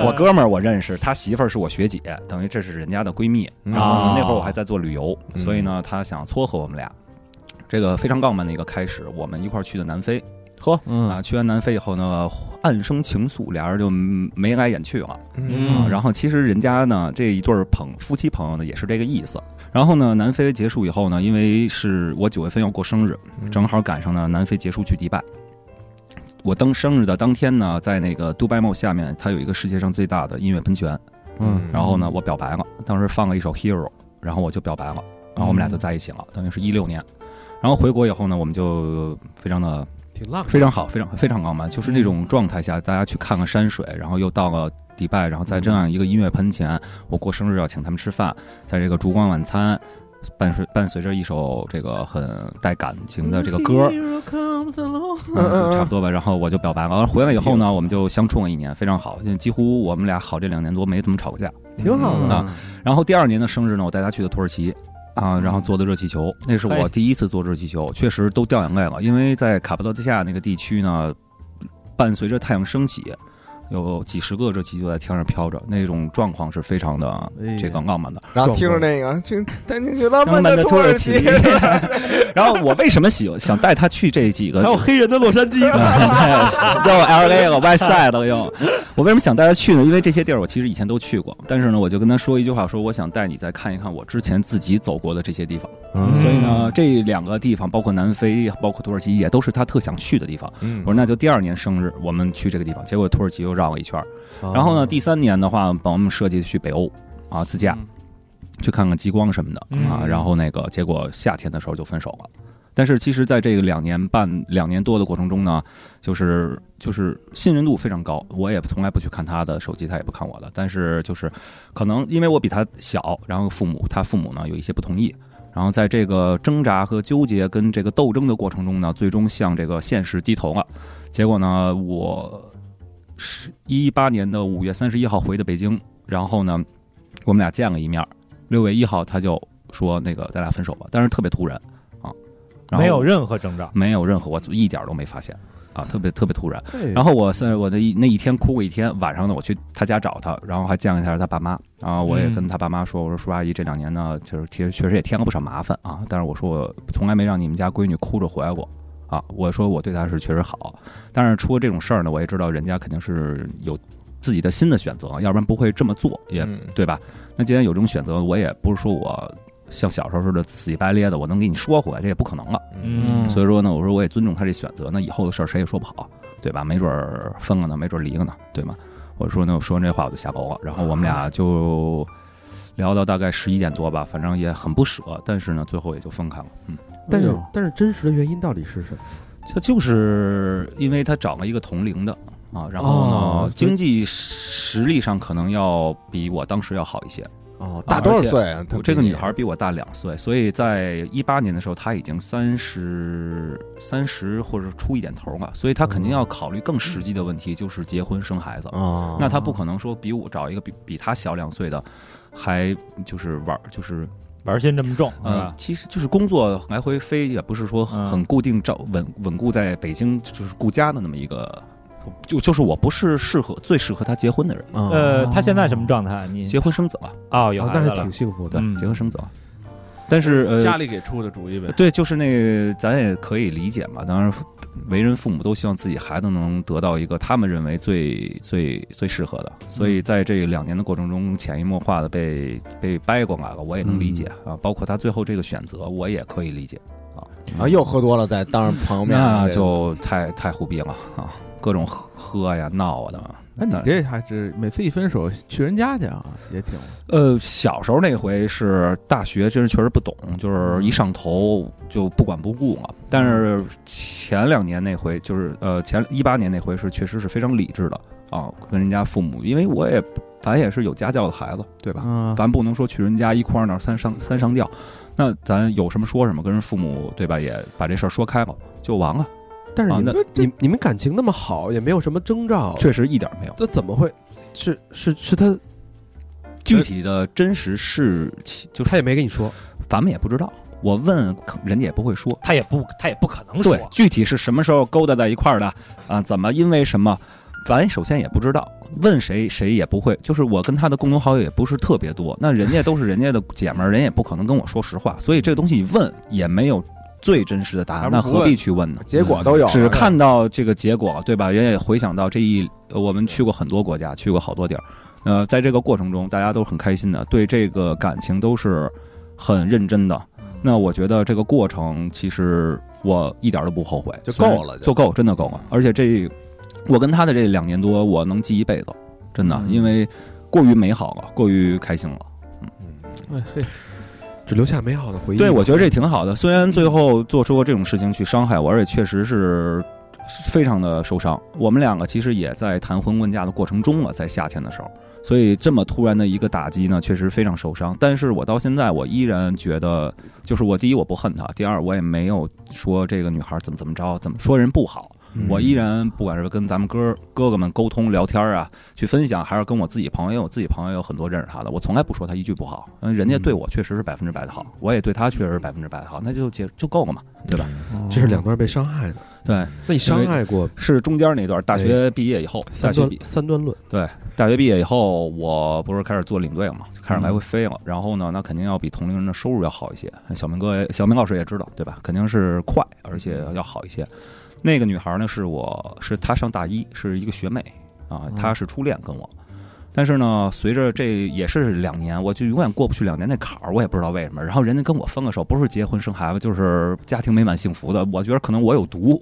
我哥们儿我认识，他媳妇儿是我学姐，等于这是人家的闺蜜。
嗯
然后呢
啊
那会儿我还在做旅游，
嗯
所以呢，他想撮合我们俩。这个非常浪漫的一个开始，我们一块儿去的南非
嗯
啊，去完南非以后呢，暗生情愫，俩人就眉来眼去了。啊，
嗯
然后其实人家呢这一对儿朋夫妻朋友呢也是这个意思。然后呢，南非结束以后呢，因为是我九月份要过生日，正好赶上呢南非结束去迪拜。我当生日的当天呢，在那个杜拜梦下面，它有一个世界上最大的音乐喷泉。
嗯
然后呢，我表白了，当时放了一首《Hero》，然后我就表白了，然后我们俩就在一起了，等于是一六年。然后回国以后呢，我们就非常的
挺浪漫。
非常好，非常非常浪漫，就是那种状态下，大家去看看山水，然后又到了迪嗯拜，然后在这样一个音乐喷泉，我过生日要请他们吃饭，在这个烛光晚餐，伴随伴随着一首这个很带感情的这个歌儿，嗯，就差不多吧。然后我就表白了。完了回来以后呢，我们就相处了一年，非常好，就几乎我们俩好这两年多没怎么吵过架。
挺好的。
啊然后第二年的生日呢，我带他去的土耳其。啊，然后做的热气球，那是我
嘿
第一次做热气球，确实都掉眼泪了，因为在卡帕多奇亚那个地区呢，伴随着太阳升起，有几十个热气球在天上飘着，那种状况是非常的
哎呀
这个浪漫的。
然后听着那个，去带你去浪
浪
漫
漫的
土
土耳
其
其，。 然后我为什么喜想带他去这几个？
还有黑人的洛杉 矶，
又 L A 了，West Side 了又。我为什么想带他去呢？因为这些地儿我其实以前都去过，但是呢，我就跟他说一句话，说我想带你再看一看我之前自己走过的这些地方。
嗯
所以呢，这两个地方，包括南非，包括土耳其，也都是他特想去的地方。
嗯
我说那就第二年生日我们去这个地方，结果土耳其又绕了一圈儿。
哦
然后呢，第三年的话，帮我们设计去北欧啊自驾，去看看极光什么的啊。
嗯
然后那个结果夏天的时候就分手了。但是其实，在这个两年半、两年多的过程中呢，就是就是信任度非常高。我也从来不去看他的手机，他也不看我的。但是就是可能因为我比他小，然后父母他父母呢有一些不同意，然后在这个挣扎和纠结跟这个斗争的过程中呢，最终向这个现实低头了。结果呢，我是一八年的五月三十一号回的北京，然后呢，我们俩见了一面儿。六月一号他就说那个咱俩分手吧，但是特别突然啊，然后
嗯没有任何征兆。
没有任何我一点儿都没发现啊，特别特别突然。
后
然后我是我的一那一天哭过一天，晚上呢我去他家找他，然后还见了一下他爸妈啊，我也
嗯
跟他爸妈说，我说叔阿姨这两年呢，就是其实确实也添了不少麻烦啊，但是我说我从来没让你们家闺女哭着回来过。啊，我说我对她是确实好，但是出了这种事儿呢，我也知道人家肯定是有自己的新的选择，要不然不会这么做，也
嗯
对吧？那既然有这种选择，我也不是说我像小时候似的死乞白咧的，我能给你说回来，这也不可能了。
嗯
所以说呢，我说我也尊重他这选择，那以后的事儿谁也说不好，对吧？没准儿分了呢，没准儿离了呢，对吗？我说呢，我说完这话我就下楼了，然后我们俩就聊到大概十一点多吧，反正也很不舍，但是呢，最后也就分开了。嗯，
但
哎
是
呦
但是真实的原因到底是什么？
这就是因为他找了一个同龄的啊，然后呢，
哦
经济实力上可能要比我当时要好一些。
哦
大
啊
多少
而且
岁啊？她
我这个
比你
女孩比我大两岁，所以在一八年的时候，她已经三十三十或者出一点头了，所以她肯定要考虑更实际的问题，就是结婚生孩子。
啊，
那她不可能说比我找一个比比她小两岁的，还就是玩儿就是
玩心这么重，是
呃
吧，？
其实就是工作来回飞，也不是说
嗯
很固定照稳稳固在北京就是顾家的那么一个，就就是我不是适合最适合她结婚的人，
啊
呃，他现在什么状态？你
结婚生子了，
哦，有
啊
孩
那
子
还
了
挺，幸福的。
对，
嗯
结婚生子了。但是呃，
家里给出的主意呗。
对，就是那个，咱也可以理解嘛。当然，为人父母都希望自己孩子能得到一个他们认为最最最适合的。所以在这两年的过程中，潜移默化的被被掰过来了，我也能理解、啊。包括他最后这个选择，我也可以理解。
啊又喝多了，在当着朋友面
那就太太胡逼了啊，各种喝喝呀、闹啊的。
那你这还是每次一分手去人家去啊，也挺
呃，小时候那回是大学，真是确实不懂，就是一上头就不管不顾了。但是前两年那回，就是呃前一八年那回是确实是非常理智的啊，跟人家父母，因为我也咱也是有家教的孩子，对吧？
嗯
咱不能说去人家一块儿那儿三上三上吊，那咱有什么说什么，跟人父母对吧？也把这事儿说开了就完了，
但是
啊
你
那
们你你们感情那么好，也没有什么征兆，
确实一点儿没有。
这怎么会？是是是他，
具体的真实事情，就是
他也没跟你说。
咱们也不知道，我问人家也不会说。
他也不他也不可能说
对，，具体是什么时候勾搭在一块儿的啊？怎么因为什么？咱首先也不知道，问谁谁也不会。就是我跟他的共同好友也不是特别多，那人家都是人家的姐们儿，人家也不可能跟我说实话，所以这个东西你问也没有最真实的答案，
还
那
不如不
何
问
必去问呢？
结果都有了，
嗯只看到这个结果，对吧？人也回想到这一，呃我们去过很多国家，去过好多地儿。呃，在这个过程中，大家都很开心的，对这个感情都是很认真的。
嗯
那我觉得这个过程，其实我一点都不后悔，
就
虽然
够了就
就够，真的够了。而且这我跟他的这两年多，我能记一辈子，真的，
嗯
因为过于美好了，过于开心了。
嗯
只留下美好的回忆。嗯
对，我觉得这挺好的。虽然最后做出过这种事情去伤害我，而且确实是非常的受伤。我们两个其实也在谈婚论嫁的过程中了，在夏天的时候，所以这么突然的一个打击呢，确实非常受伤。但是我到现在，我依然觉得，就是我第一我不恨她，第二我也没有说这个女孩怎么怎么着，怎么说人不好。我依然不管是跟咱们哥哥哥们沟通聊天啊，去分享，还是跟我自己朋友，因为我自己朋友有很多认识他的，我从来不说他一句不好。嗯，人家对我确实是百分之百的好，我也对他确实是百分之百的好，那就结就够了嘛，对吧？
哦这是两段被伤害的。
对，
那你伤害过
是中间那段，大学毕业以后，大
三
学
段
毕
三段论？
大学毕业以后，我不是开始做领队了嘛，就开始来回飞了。然后呢，那肯定要比同龄人的收入要好一些。小明哥也、小明老师也知道，对吧？肯定是快，而且要好一些。那个女孩呢，是我是她上大一，是一个学妹啊，她是初恋跟我。但是呢，随着这也是两年，我就永远过不去两年那坎儿，我也不知道为什么。然后人家跟我分了手，不是结婚生孩子，就是家庭美满幸福的。我觉得可能我有毒。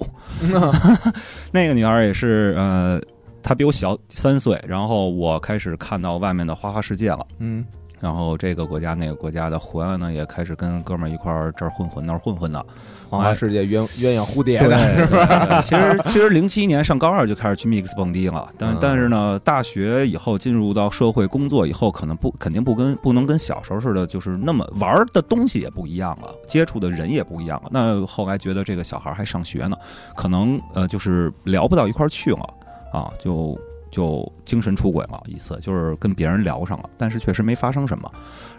那个女孩也是，呃，她比我小三岁，然后我开始看到外面的花花世界了。
嗯
然后这个国家那个国家的回来呢，也开始跟哥们儿一块儿这儿混混那儿混混的，
花花世界鸳鸳鸯蝴 蝶的，
对对其实其实零七年上高二就开始去 mix 蹦迪了，但
嗯
但是呢，大学以后进入到社会工作以后，可能不肯定不跟不能跟小时候似的，就是那么玩儿的东西也不一样了，接触的人也不一样了。那后来觉得这个小孩还上学呢，可能呃就是聊不到一块儿去了啊，就。就精神出轨了一次，就是跟别人聊上了，但是确实没发生什么。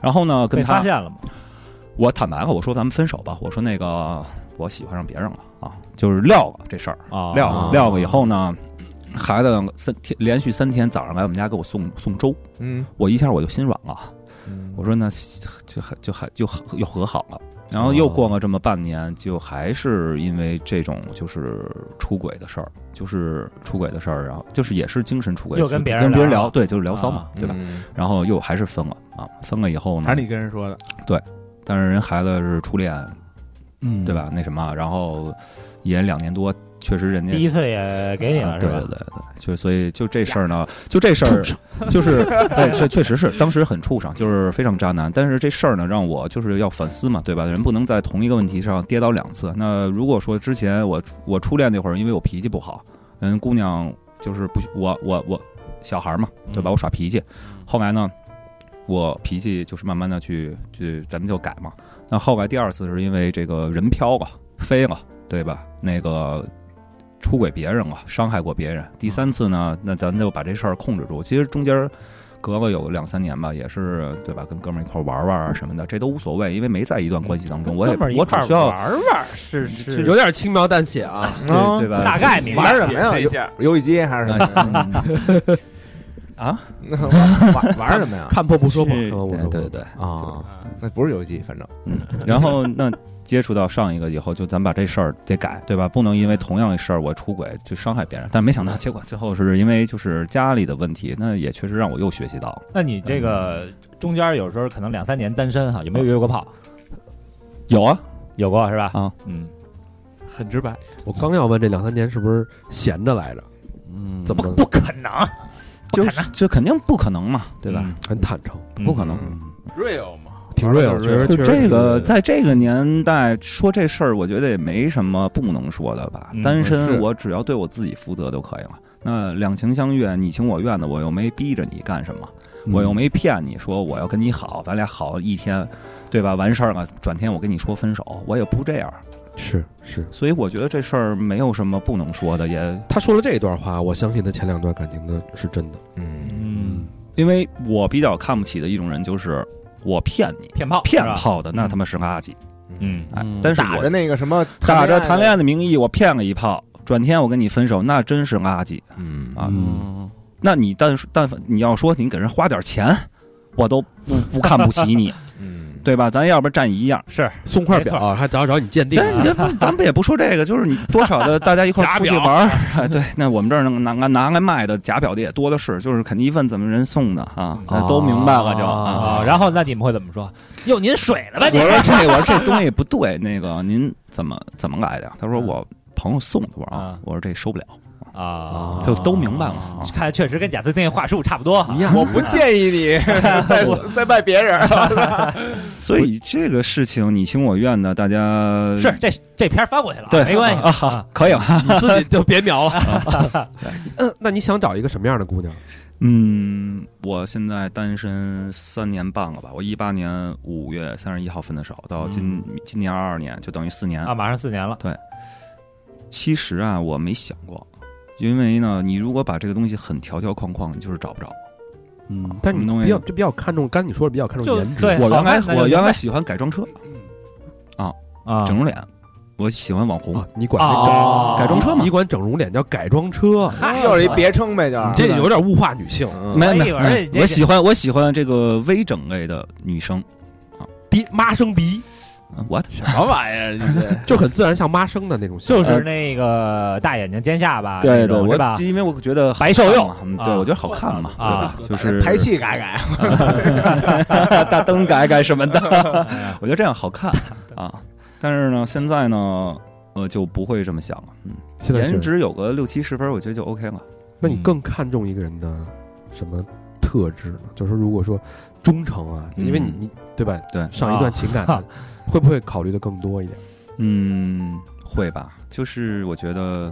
然后呢，跟
被
他
发现了嘛？
我坦白了，我说咱们分手吧。我说那个我喜欢上别人了啊，就是撂了这事儿，
啊，
撂了撂了以后呢，孩子三天连续三天早上来我们家给我送送粥，
嗯，
我一下我就心软了。
嗯
我说那就还就还就和又和好了。然后又过了这么半年，就还是因为这种就是出轨的事儿，就是出轨的事儿，然后就是也是精神出轨，
又跟别人
跟别人
聊
聊，对，就是聊骚嘛
啊，
对吧？
嗯
然后又还是分了啊，分了以后呢，
还是你跟人说的，
但是人孩子是初恋，
嗯
对？吧？那什么，然后也两年多，确实人家
第一次也给你
啊
了是
对对
吧
对？对，就所以就这事儿呢，就这事儿， 就是对，确确实是当时很畜生，就是非常渣男。但是这事儿呢，让我就是要反思嘛，对吧？人不能在同一个问题上跌倒两次。那如果说之前我我初恋那会儿，因为我脾气不好，嗯，姑娘就是不我我我小孩嘛，对吧？
嗯
我耍脾气，后来呢？我脾气就是慢慢的去去，咱们就改嘛。那后来第二次是因为这个人飘了，飞了，对吧？那个出轨别人了，啊伤害过别人。第三次呢，那咱就把这事儿控制住。其实中间呃隔了有两三年吧，也是对吧？跟哥们儿一块儿玩玩啊什么的，这都无所谓，因为没在一段关系当中。我
嗯
也
哥们儿一
我
块儿
只需 要嗯
玩玩，是是
有点轻描淡写啊，
啊
对对吧？
大概明白
玩什么呀？
解释一
游
下
游戏机还是什么呀？
啊，
那玩玩玩什么呀？
看破不说破，
是
看破不说
对
破。
对对。
啊，那不是游戏机，反正
然后那接触到上一个以后，就咱把这事儿得改，对吧？不能因为同样的事儿我出轨就伤害别人。但没想到结果最后是因为就是家里的问题，那也确实让我又学习到了。
那你这个
嗯
中间有时候可能两三年单身哈，有没有约过炮？
有啊，
有过是吧？
啊，
嗯，
很直白，
我刚要问这两三年是不是闲着来着，
嗯
怎么能
不可能，
就就肯定不可能嘛，对吧？
嗯
嗯
很坦诚，
不可能。
real 嘛？
挺啊 real，
就
嗯确实
是
就
确实
这个，
挺
在这个年代说这事儿，我觉得也没什么不能说的吧
嗯。
单身，
是
我只要对我自己负责就可以了。那两情相悦，你情我愿的，我又没逼着你干什么，
嗯
我又没骗你说我要跟你好，咱俩好一天，对吧？完事儿了，转天我跟你说分手，我也不这样。
是是。
所以我觉得这事儿没有什么不能说的，也
他说了这一段话，我相信他前两段感情的是真的。
嗯，
嗯，
因为我比较看不起的一种人就是我骗你
骗炮
骗
是吧，
炮的，那他妈是垃圾。
嗯，
哎
嗯，
但是
打
我
着那个什么
打着谈恋
爱
爱的名义，我骗了一炮，转天我跟你分手，那真是垃圾
的，嗯
啊！
嗯，
那你但但凡你要说你给人花点钱，我都不不看不起 你，
嗯，
对吧？咱要不然占一样，
是
送块表啊还找找你鉴定啊，
但咱们咱们也不说这个，就是你多少的大家一块儿出去
假表
玩儿， 哎对，那我们这儿能拿拿拿来卖的假表的也多的是，就是肯定一问怎么人送的啊，那都明白了就啊。
啊。然后那你们会怎么说？哟，您水了吧
我
你？
说这我说这东西不嗯对，那个您怎么怎么来的呀？他说我朋友送的，我说啊
啊，
我说这收不了，啊
啊，
就都明白了啊。
看来确实跟贾斯汀那话术差不 多啊。
嗯我不建议你 再再卖别人。
所以这个事情你情我愿的，大家啊
是这这片儿翻过去了啊，
对
没关系
啊
啊。
可以了。
你自己就别瞄了。嗯，那你想找一个什么样的姑娘？
嗯，我现在单身三年半了吧？我一八年五月三十一号分的手，到今、今年二二年，就等于四年
嗯啊，。马上四年了，
其实啊，我没想过，因为呢，你如果把这个东西很条条框框，你就是找不着。
嗯，但是
什么
你
东西
比较就比较看重，刚才你说的比较看重
就
颜值。
对。
我原来
好看那
我
就
原来喜欢改装车，
啊哦
整容脸，我喜欢网红。
啊，你管那
啊
改装车嘛
你管整容脸叫改装车，
又是一别称呗，就是嗯
你嗯这有点物化女性。
没有
我
没
以
有，
为
没
哎这个
有我喜欢我喜欢这个微整类的女生。
鼻妈生鼻，
嗯 What？
什么玩意儿？你 这
就很自然像妈生的那种形
就
象。
是那个大眼睛尖下巴，
对
啊那
对，
种
我
是吧？
因为我觉得好
白瘦幼
看嘛嗯
啊
对我觉得好看嘛，对
啊
吧？就是
嗯排气改改，
大灯改改什么的， 我觉得这样好看啊。但是呢，现在呢，呃，就不会这么想了。嗯，
现在是
颜，值嗯有个六七十分，我觉得就 OK 了。
那你更看重一个人的什么特质呢？就是说如果说忠诚啊，
嗯
因为你你对吧？
对
上一段
啊
情感的会不会考虑的更多一点？
嗯，会吧？就是我觉得，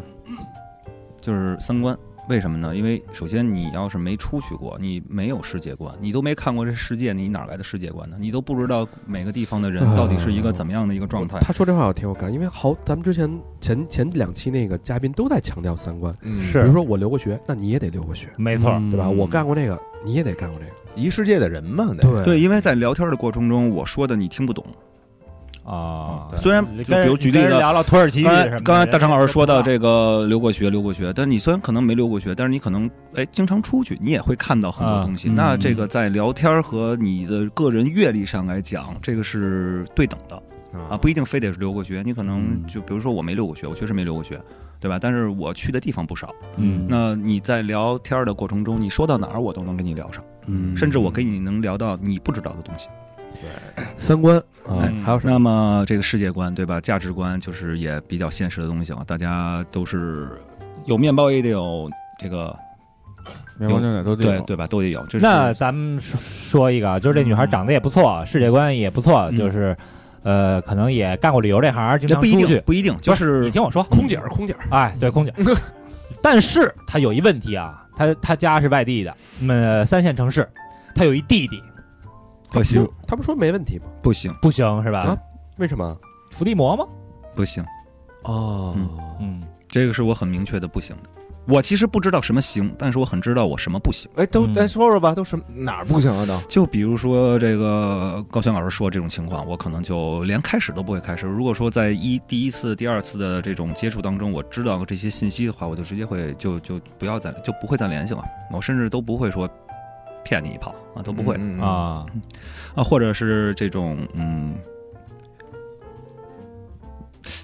就是三观。为什么呢？因为首先你要是没出去过，你没有世界观，你都没看过这世界，你哪来的世界观呢？你都不知道每个地方的人
啊
到底是一个怎么样的一个状态。
他说这话我挺有感，因为好，咱们之前前前两期那个嘉宾都在强调三观，比
嗯
是
如说我留过学，那你也得留过学，
没错，
对吧？
嗯
我干过这个，你也得干过这个，
一世界的人嘛，那
对
对，因为在聊天的过程中，我说的你听不懂，
啊
虽然就比如举例
跟人
子，
聊聊土耳其语
刚
什么
才
的。
刚才大
成
成老师说到这个留过学，留过学，但是你虽然可能没留过学，但是你可能哎经常出去，你也会看到很多东西。
啊嗯
那这个在聊天和你的个人阅历上来讲，这个是对等的啊，不一定非得是留过学。你可能
嗯
就比如说我没留过学，我确实没留过学，对吧？但是我去的地方不少。
嗯
那你在聊天的过程中，你说到哪儿我都能跟你聊上，
嗯
甚至我跟你能聊到你不知道的东西。
三观啊
哎，
还有什么？
那么这个世界观对吧？价值观就是也比较现实的东西嘛，大家都是有面包也得有这个，
面包牛奶都得
对
有
对吧？都得有。这是
那咱们说说一个啊，就是这女孩长得也不错，世界观也不错，
嗯
就是呃，可能也干过旅游这行，经
这
常
不
出
一定
去。
不一定，就
不是你
是
听我说，
空姐儿，空姐儿，
哎，对， 空姐。但是她有一问题啊，她她家是外地的，嗯，三线城市，她有一弟弟，
不行
他不说没问题吗？
不行
不行是吧
啊？为什么？
伏地魔吗？
不行，
哦，
嗯，
这个是我很明确的不行的。我其实不知道什么行，但是我很知道我什么不行。
哎，都
嗯
咱说说吧，都什么哪儿不行啊？都
就比如说这个高轩老师说这种情况，我可能就连开始都不会开始。如果说在一第一次、第二次的这种接触当中，我知道这些信息的话，我就直接会就就不要再就不会再联系了。我甚至都不会说骗你一炮啊，都不会、
嗯，
啊，
啊，或者是这种嗯。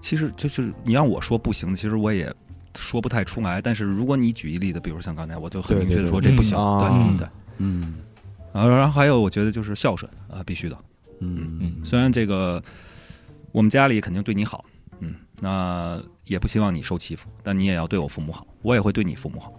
其实就是你让我说不行，其实我也说不太出来。但是如果你举一例子，比如像刚才，我就很
对
明确的
对
说
对
这不行，
嗯
对
啊
对对。
嗯
啊，然后还有我觉得就是孝顺啊，必须的。
嗯
虽然这个我们家里肯定对你好，嗯，那也不希望你受欺负，但你也要对我父母好，我也会对你父母好。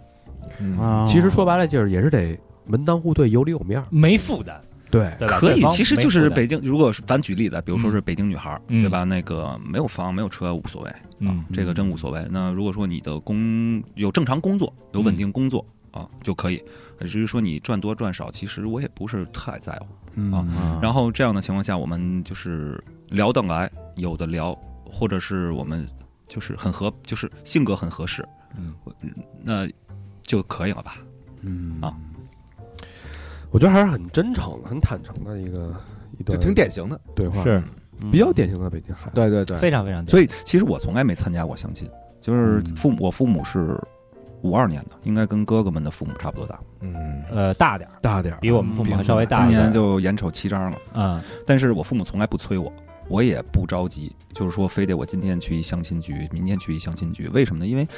嗯
啊，
哦
其实说白了就是也是得门当户对，有里有面儿。
没负担，
对，
对吧？
可以
对，方
其实就是
没负担
北京，如果是咱举例子，比如说是北京女孩儿，
嗯
对吧？那个没有房没有车无所谓，啊
嗯嗯
这个真无所谓。那如果说你的工有正常工作，有稳定工作、啊就可以。至于说你赚多赚少，其实我也不是太在乎。
啊
然后这样的情况下，我们就是聊得来，有的聊，或者是我们就是很合，就是性格很合适，
嗯
嗯，那就可以了吧？
嗯
啊
我觉得还是很真诚、很坦诚的一个一
就
段
挺典型的。嗯
对话，
是
比较典型的北京孩子。
对对对，
非常非常对
所以其实我从来没参加过相亲，就是
嗯
父母，我父母是五二年的，应该跟哥哥们的父母差不多大，
嗯，
呃大点儿，
大点儿，
比我们父母还稍微大
今
一点
年
儿，
就眼瞅七张了。
嗯
但是我父母从来不催我，我也不着急，就是说非得我今天去一相亲局，明天去一相亲局，为什么呢？因为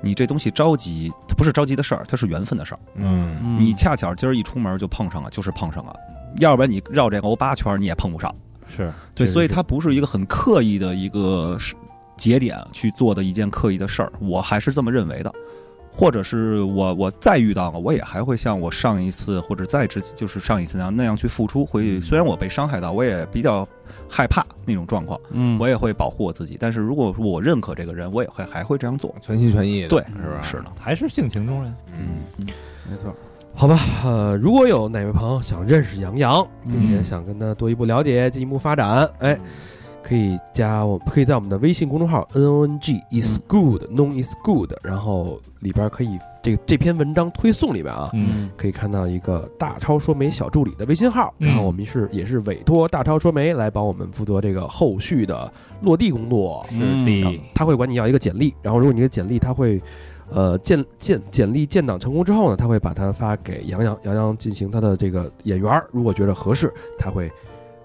你这东西着急，它不是着急的事儿，它是缘分的事儿。
嗯，
你恰巧今儿一出门就碰上了，就是碰上了，要不然你绕这个欧八圈儿你也碰不上。
是
对，
确实
所以
是
它不是一个很刻意的一个时节点去做的一件刻意的事儿，我还是这么认为的。或者是我我再遇到了，我也还会像我上一次或者再之就是上一次那样那样去付出，会
嗯
虽然我被伤害到，我也比较害怕那种状况，
嗯
我也会保护我自己。但是如果我认可这个人，我也会还会这样做。
全心全意的，
对
是吧？
是的，
还是性情中人。
嗯，
没错，
好吧，呃，如果有哪位朋友想认识杨洋，并且
嗯
想跟他多一步了解、进一步发展，哎，可以加我，可以在我们的微信公众号 n o n g is good known is good，然后里边可以这这篇文章推送里边啊，
嗯，
可以看到一个大超说媒小助理的微信号，
嗯
然后我们是也是委托大超说媒来帮我们负责这个后续的落地工作，
是
然后
的，
他会管你要一个简历，然后如果你的简历他会，呃，建建简历建档成功之后呢，他会把它发给杨洋，杨洋进行他的这个演员儿，如果觉得合适，他会。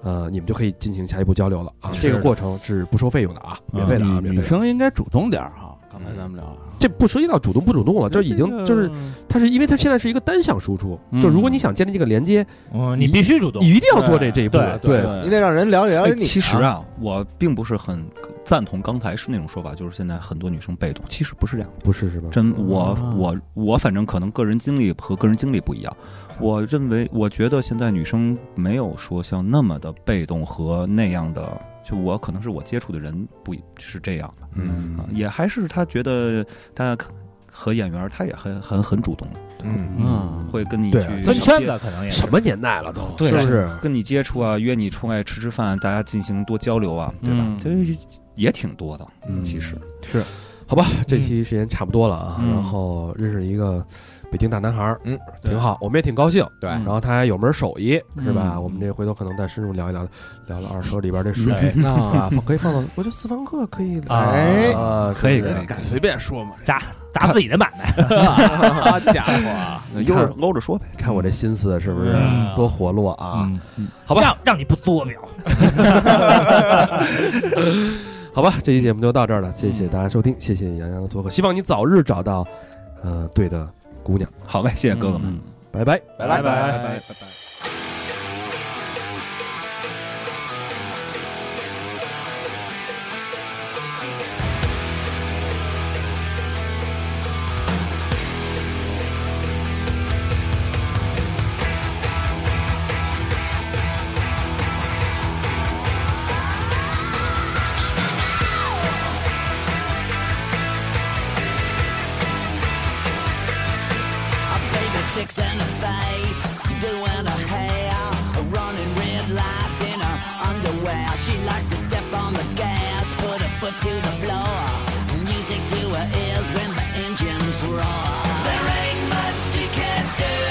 呃，你们就可以进行下一步交流了啊！
是
这个过程是不收费用的啊，免费的
女
啊，免费
女
的。
生应该主动点儿哈。刚才咱们聊啊，
这不涉及到主动不主动了，这已经嗯就是它是因为它现在是一个单向输出，
嗯
就如果你想建立这个连接，
嗯，你必须主动
你。一定要做这这一步。
对
对，
你得让人了解了
哎
解你啊。
其实啊，我并不是很赞同刚才是那种说法，就是现在很多女生被动，其实不是这样。
不是是吧？
真，我
啊
我我反正可能个人经历和个人经历不一样，我认为我觉得现在女生没有说像那么的被动和那样的，就我可能是我接触的人不一是这样的，
嗯
啊，也还是她觉得她可和演员她也很很很主动，
嗯，
会跟你去
对啊
分圈
接
子可能也是
什么年代了都，
对
是不是？
跟你接触啊，约你出来吃吃饭，大家进行多交流啊，对吧
嗯？
这也挺多的，
嗯
其实
好吧，这期时间差不多了啊，
嗯
然后认识一个北京大男孩，
嗯，
挺好，我们也挺高兴。
对
然后他还有门手艺，是吧？
嗯
我们这回头可能再深入聊一聊，聊聊二手里边这水
嗯
啊，放 可以放到，我觉得私房课可以聊，
哎
啊，
可以
是不是
可以
敢随便说吗？
砸砸自己的买卖，
好家伙，
悠着搂着说呗。
看我这心思是不是
嗯
多活络啊？
嗯
好吧
让让你不作表。
好吧，这期节目就到这儿了，谢谢大家收听，谢谢杨洋的做客，希望你早日找到，呃，对的姑娘，
好嘞，谢谢哥哥们。
拜拜。
拜
拜
拜拜拜。
I paid a six and a face, doing her hair, running red lights in her underwear. She likes to step on the gas, put her foot to the floor. Music to her ears when the engines roar. There ain't much she can do.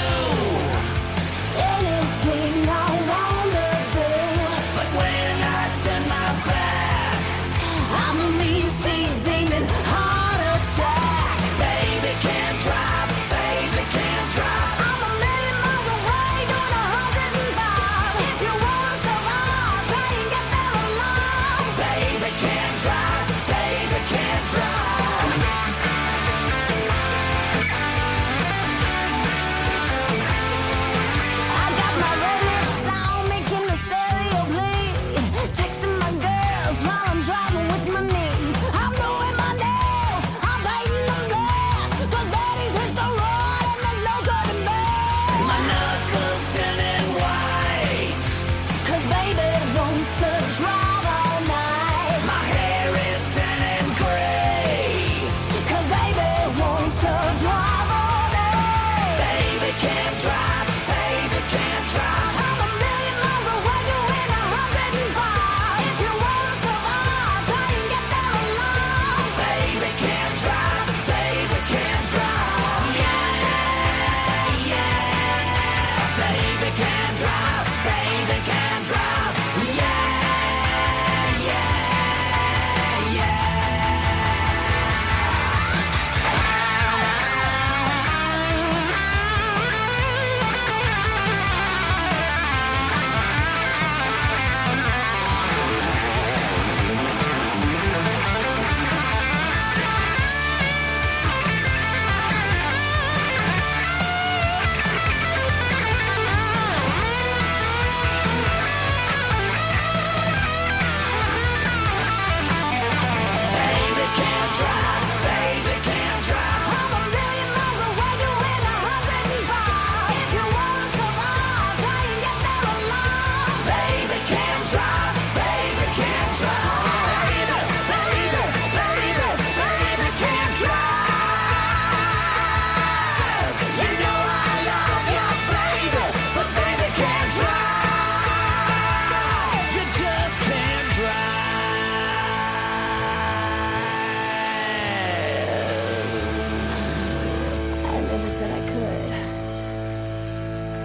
Anything I wanna do, but when I turn my back. I'm a mean speed demon, heart attack. Baby can't drive, baby can't drive. I'm a million miles away, doing a hundred and five. If you want us so hard, try and get there alive. Baby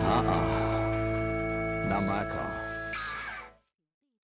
Uh-uh. Not my car.